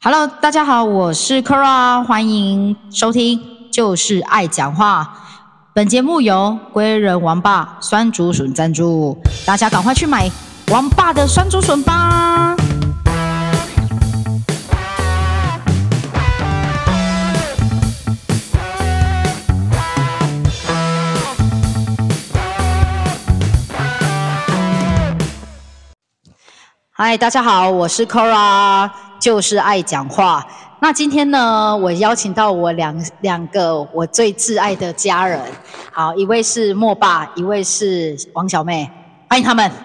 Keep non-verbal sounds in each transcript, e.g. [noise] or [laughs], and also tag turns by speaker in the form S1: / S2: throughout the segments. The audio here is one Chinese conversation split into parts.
S1: Hello，大家好，我是 Kara，欢迎收听《就是爱讲话》。本节目由归人王霸酸竹笋赞助，大家赶快去买王霸的酸竹笋吧。嗨，大家好，我是 Kora，就是爱讲话。那今天呢，我邀请到我两两个我最挚爱的家人，好，一位是莫爸，一位是王小妹，欢迎他们。 [laughs]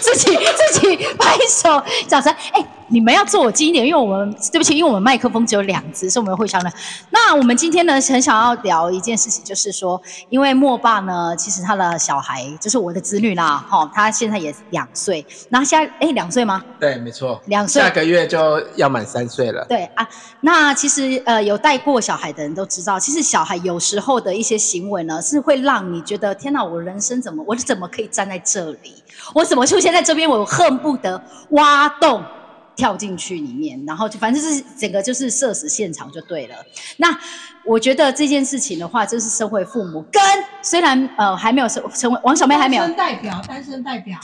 S1: 自己自己拍手掌声，哎、你们要做我近一点，因为我们对不起，因为我们麦克风只有两只，所以我们会相的。那我们今天呢，很想要聊一件事情，就是说，因为莫爸呢，其实他的小孩就是我的子女啦，哈、他现在也两岁，那现在哎两岁吗？
S2: 对，没错，
S1: 两岁
S2: 下个月就要满三岁了。
S1: 对啊，那其实呃，有带过小孩的人都知道，其实小孩有时候的一些行为呢，是会让你觉得天哪，我人生怎么，我怎么可以站在这里？我怎么出现在这边？我恨不得挖洞跳进去里面，然后就反正就是整个就是社死现场就对了。那我觉得这件事情的话，就是身为父母，跟虽然呃还没有成成为王小妹还没有
S3: 单，身代表，单身代表。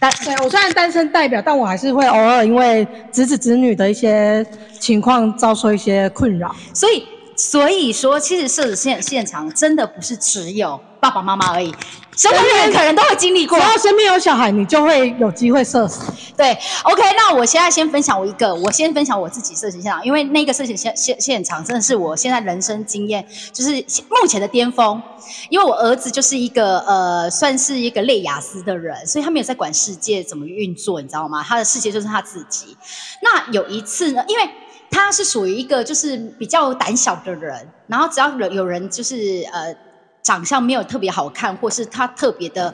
S1: 但
S3: 对我虽然单身代表，但我还是会偶尔因为侄子侄女的一些情况遭受一些困扰。
S1: 所以，所以说，其实社死现现场真的不是只有爸爸妈妈而已，身边人可能都会经历
S3: 只
S1: 过。
S3: 要身边有小孩，你就会有机会射死。
S1: 对，OK，那我现在先分享我一个，我先分享我自己社情现场，因为那个社情现现现场真的是我现在人生经验，就是目前的巅峰。因为我儿子就是一个呃，算是一个类雅思的人，所以他没有在管世界怎么运作，你知道吗？他的世界就是他自己。那有一次呢，因为他是属于一个就是比较胆小的人，然后只要有有人就是呃长相没有特别好看，或是他特别的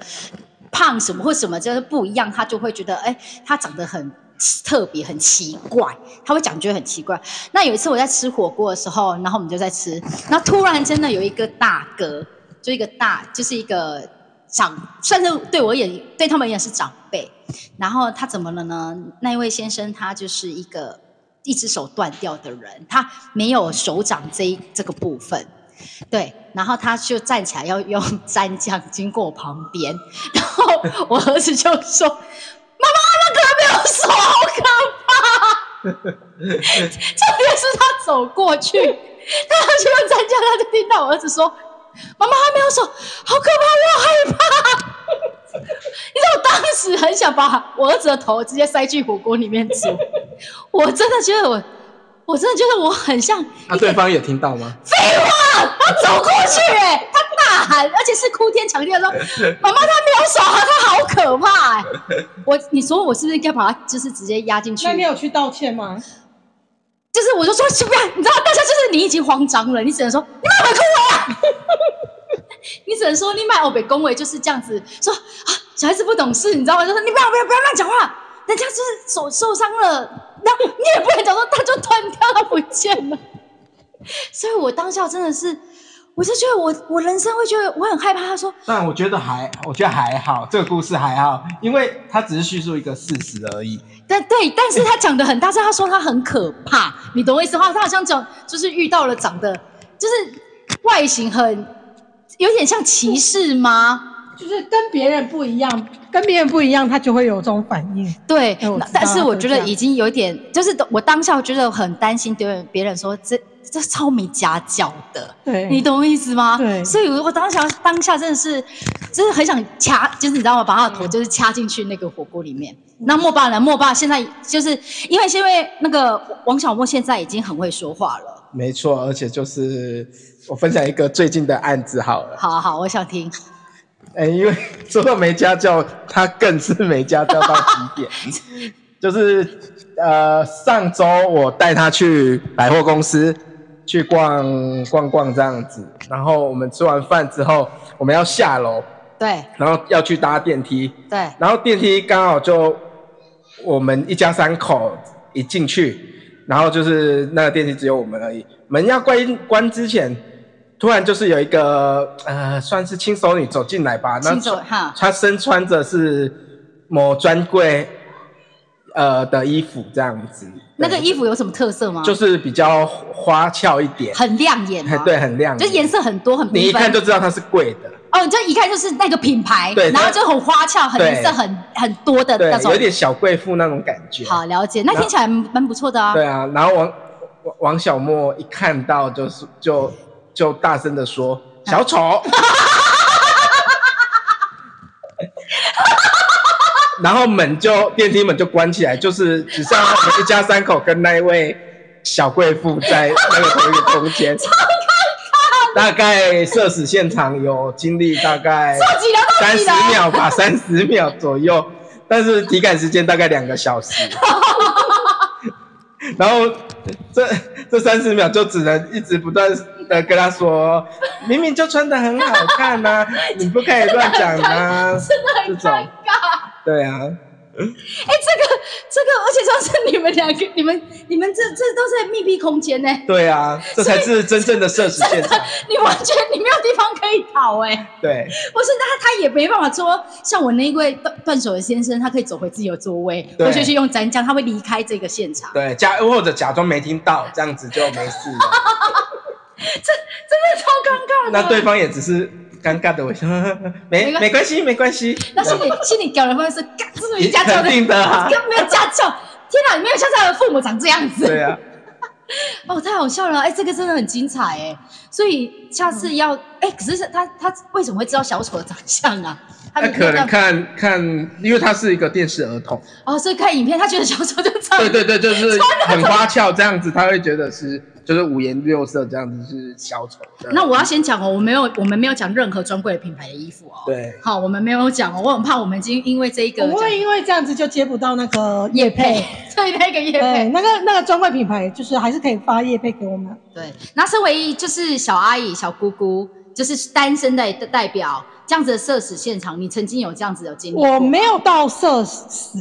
S1: 胖什么或什么就是不一样，他就会觉得哎、他长得很。特别很奇怪，他会讲觉得很奇怪。那有一次我在吃火锅的时候，然后我们就在吃，然后突然真的有一个大哥，就一个大，就是一个长，算是对我也对他们也是长辈。然后他怎么了呢？那一位先生他就是一个一只手断掉的人，他没有手掌这一这个部分。对，然后他就站起来要用 [laughs] 蘸酱经过我旁边，然后我儿子就说：“妈妈，那个人没有手，好可怕！” [laughs] 重点是他走过去，他要去用蘸酱，他就听到我儿子说：“妈妈，他没有手，好可怕，我好害怕。”你知道我当时很想把我儿子的头直接塞进火锅里面煮，我真的觉得我，我真的觉得我很像
S2: 那、
S1: 一个
S2: 对方有听到吗？
S1: 废话，他走过去、哎，他大喊，而且是哭天抢地的说：“妈妈，他没有手啊，他好可怕、哎，我，你说我是不是应该把他就是直接压进去？
S3: 那你有去道歉吗？
S1: 就是我就说去吧，你知道，大家就是你已经慌张了，你只能说你买恭维啊， [laughs] 你只能说你买欧北恭维就是这样子说啊，小孩子不懂事，你知道吗？就是你不要不要不要乱讲话，人家就是手受伤了，那你也不能讲说他就断掉他不见了， [laughs] 所以我当下真的是，我就觉得我我人生会觉得我很害怕，他说
S4: 但我觉得还，我觉得还好，这个故事还好，因为它只是叙述一个事实而已。
S1: 但对，但是他讲的很大声，他说他很可怕，你懂我意思吗？他好像讲就是遇到了长得就是外形很有点像歧视吗？
S3: 就是跟别人不一样，跟别人不一样，他就会有这种反应。
S1: 对，
S3: 哎我
S1: 那
S3: 知道
S1: 但是我觉得
S3: 他会这样
S1: 已经有点，就是我当下觉得很担心，别人别人说这这超没家教的，
S3: 对，
S1: 你懂我意思吗？
S3: 对
S1: 所以我当下当下真的是，真的很想掐，就是你知道吗？把他的头就是掐进去那个火锅里面。
S2: 嗯
S1: 那莫爸呢？莫爸现在就是因为是因为那个王小莫现在已经很会说话了。
S2: 没错，而且就是我分享一个最近的案子好了。
S1: 好好好，我想听。
S2: 哎、因为说到没家教，他更是没家教到极点。
S4: [laughs]
S2: 就是呃，上周我带他去百货公司去逛逛逛这样子，然后我们吃完饭之后，我们要下楼，
S1: 对
S2: 然后要去搭电梯，
S1: 对
S2: 然后电梯刚好就我们一家三口一进去，然后就是那个电梯只有我们而已。门要关关之前，突然就是有一个呃，算是轻熟女走进来吧。那
S1: 新手哈，
S2: 她身穿着是某专柜呃的衣服这样子。
S1: 那个
S2: 对
S1: 衣服有什么特色吗？
S2: 就是比较花俏一点，
S1: 很亮眼吗？
S2: 对，，很亮眼，
S1: 就颜色很多，很
S2: 你一
S1: 缤
S2: 看
S1: 纷。
S2: 就知道它是贵的，
S1: 哦，就一看就是那个品牌，
S2: 对
S1: 然后
S2: 它
S1: 就很花俏，很
S2: 对
S1: 颜色很很多的
S2: 对
S1: 那，种
S2: 有。点小贵妇那种感觉。
S1: 好，了解，那
S2: 然后
S1: 听起来蛮不错的啊。
S2: 对啊，然后王王王小莫一看到就是就就大声的说：“小丑。”然后门就电梯门就关起来，就是只剩下我们一家三口跟那一位小贵妇在那个同一个空间。大概社死现场有经历大概
S1: 到几了？到
S2: 三
S1: 几
S2: 十
S1: 了？
S2: 秒吧，三十秒左右，但是体感时间大概两个小时。然后这这三十秒就只能一直不断的跟他说，明明就穿的很好看呐、你不可以乱
S1: [laughs]
S2: 讲呐、这
S1: [laughs] 真的很尴
S2: 种
S1: 尬。
S2: 对啊，
S1: 哎、这个这个，而且上是你们两个，你们你们这这都是在密闭空间呢、
S2: 对啊，这才是真正的社死现场。
S1: [laughs] 你完全你没有地方可以逃哎、
S2: 对，
S1: 不是，那他他也没办法说，像我那一位断断手的先生，他可以走回自己的座位，
S2: 对
S1: 回去去用蘸酱，他会离开这个现场，真
S2: 对，假或者假装没听到，这样子就没事了。
S1: 的超尴尬的。
S2: 那对方也只是尴尬的微笑，呵 [laughs] 呵呵没没关系，没关系。
S1: 那心里心里屌的方式，干，这是没家教
S2: 肯
S1: 的，
S2: 定
S1: [laughs]
S2: 的啊
S1: 根本没有家教。天哪，你没有像他的父母长这样子。
S2: 对啊。
S1: 哦，太好笑了！哎、这个真的很精彩哎，所以下次要哎、可是他他为什么会知道小丑的长相啊？他
S2: 他
S1: 没
S2: 可能
S1: 看
S2: 看看，因为他是一个电视儿童，
S1: 哦，所以看影片他觉得小丑就长
S2: 对对对，就是很花俏这样子，他会觉得是就是五颜六色这样子是小丑的。
S1: 那我要先讲哦，我没有我们没有讲任何专柜的品牌的衣服哦。
S2: 对
S1: 好，我们没有讲哦，我很怕我们已经因为这一个
S3: 哦我会因为这样子就接不到那个叶配。
S1: [laughs] 对那个业
S3: 对，
S1: 配
S3: 那个那个专柜品牌就是还是可以发叶配给我们。
S1: 对，那身为就是小阿姨、小姑姑，就是单身的的代表，这样子的社死现场，你曾经有这样子的经历过吗？
S3: 我没有到社死，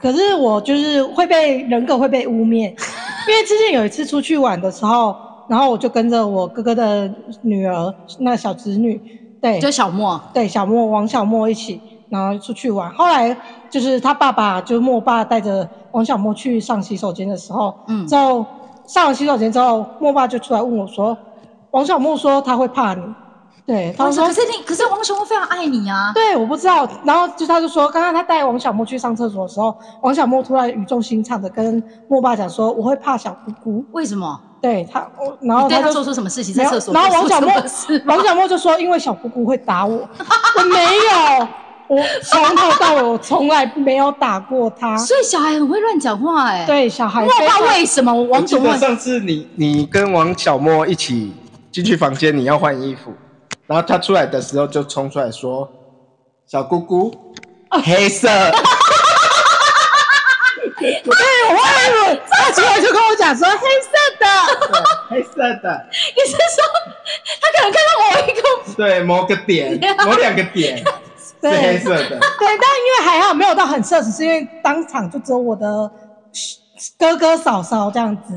S3: 可是我就是会被人格会被污蔑， [laughs] 因为之前有一次出去玩的时候，然后我就跟着我哥哥的女儿，那小侄女，对，
S1: 就小莫，
S3: 对小莫王小莫一起，然后出去玩。后来就是他爸爸，就是莫爸带着王小莫去上洗手间的时候，
S1: 嗯
S3: 之后上完洗手间之后，莫爸就出来问我说，王小莫说他会怕你，对，他
S1: 王
S3: 说
S1: 可哦是你，可是王雄非常爱你啊。
S3: 对，我不知道。然后就他就说，刚刚他带王小莫去上厕所的时候，王小莫突然语重心长的跟莫爸讲说，我会怕小姑姑。
S1: 为什么？
S3: 对他，我然
S1: 你
S3: 后
S1: 对
S3: 他
S1: 他
S3: 就
S1: 做出什么事情？在
S3: 没有
S1: 厕所
S3: 然后
S1: 做
S3: 王
S1: 出
S3: 小
S1: 什
S3: 莫
S1: 么事，吗
S3: 王小莫就说，因为小姑姑会打我，
S1: [laughs]
S3: 我没有，我从头到尾我从来没有打过他。
S1: 所以小孩很会乱讲话哎、，
S3: 对，小孩
S1: 莫
S3: 非
S1: 爸
S3: 常
S1: 为什么
S2: 我
S1: 王
S2: 记
S1: 总
S2: 得
S1: 问？
S2: 上次你你跟王小莫一起进去房间，你要换衣服，然后他出来的时候就冲出来说：“小姑姑，
S1: 哦 [laughs]
S2: 黑色。
S3: 对，我外语，他出来就跟我讲说黑色
S1: [laughs]
S3: 的，
S2: 对”黑色的，
S1: 你是说他可能看到
S3: [laughs]
S1: 某一个？
S2: 对某个
S1: [laughs]
S2: 点，某两个点是黑
S3: 对。
S2: 色的，
S3: [laughs] 对，但因为还好没有到很社死，是因为当场就只有我的哥哥嫂嫂这样子，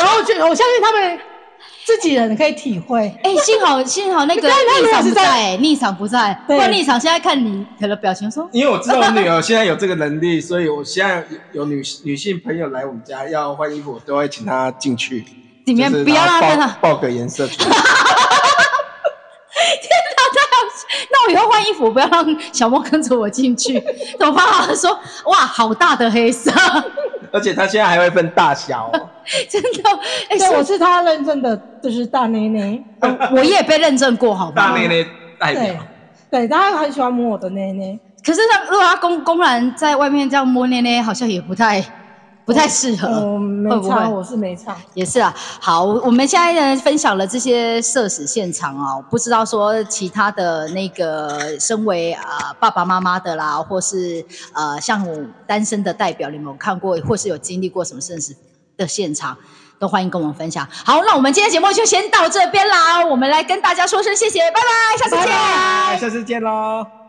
S3: 然后我觉得我相信他们自己人可以体会。
S1: 哎、幸好幸好那个
S3: 对他如
S1: 逆
S3: 果
S1: 场
S3: 是
S1: 不在、
S3: 在
S1: 欸，逆场不在，不
S3: 对
S1: 然逆场现在看你可能表情说， [laughs]
S2: 因为我知道我女儿现在有这个能力，所以我现在有女女性朋友来我们家要换衣服，我都会请她进去，
S1: 里面
S2: 就是
S1: 不要让
S2: 让她
S1: 他看到
S2: 报。报个颜色出来。
S1: 那我以后换衣服不要让小莫跟着我进去，
S3: [laughs]
S1: 怎么办啊？他说哇，好大的黑色， [laughs]
S2: 而且她现在还会分大小、哦，
S1: 真的。哎、
S3: 对，我
S1: 我
S3: 是他认证的，就是大内内。
S1: 我也被认证过，好不好？
S2: 大内内代
S3: 对
S2: 表。，
S3: 对，他很喜欢摸我的内内。
S1: 可是他如果他公公然在外面这样摸捏捏，好像也不太不太适合，
S3: 我没
S1: 呃会不
S3: 差，
S1: 会？
S3: 我是没差。
S1: 也是啊，好，我我们现在呢分享了这些社死现场哦，不知道说其他的那个身为啊、呃爸爸妈妈的啦，或是呃像我单身的代表，你们有看过或是有经历过什么社死的现场，都欢迎跟我们分享。好，那我们今天节目就先到这边啦，我们来跟大家说声谢谢，拜拜，下次见。
S2: 下次见喽。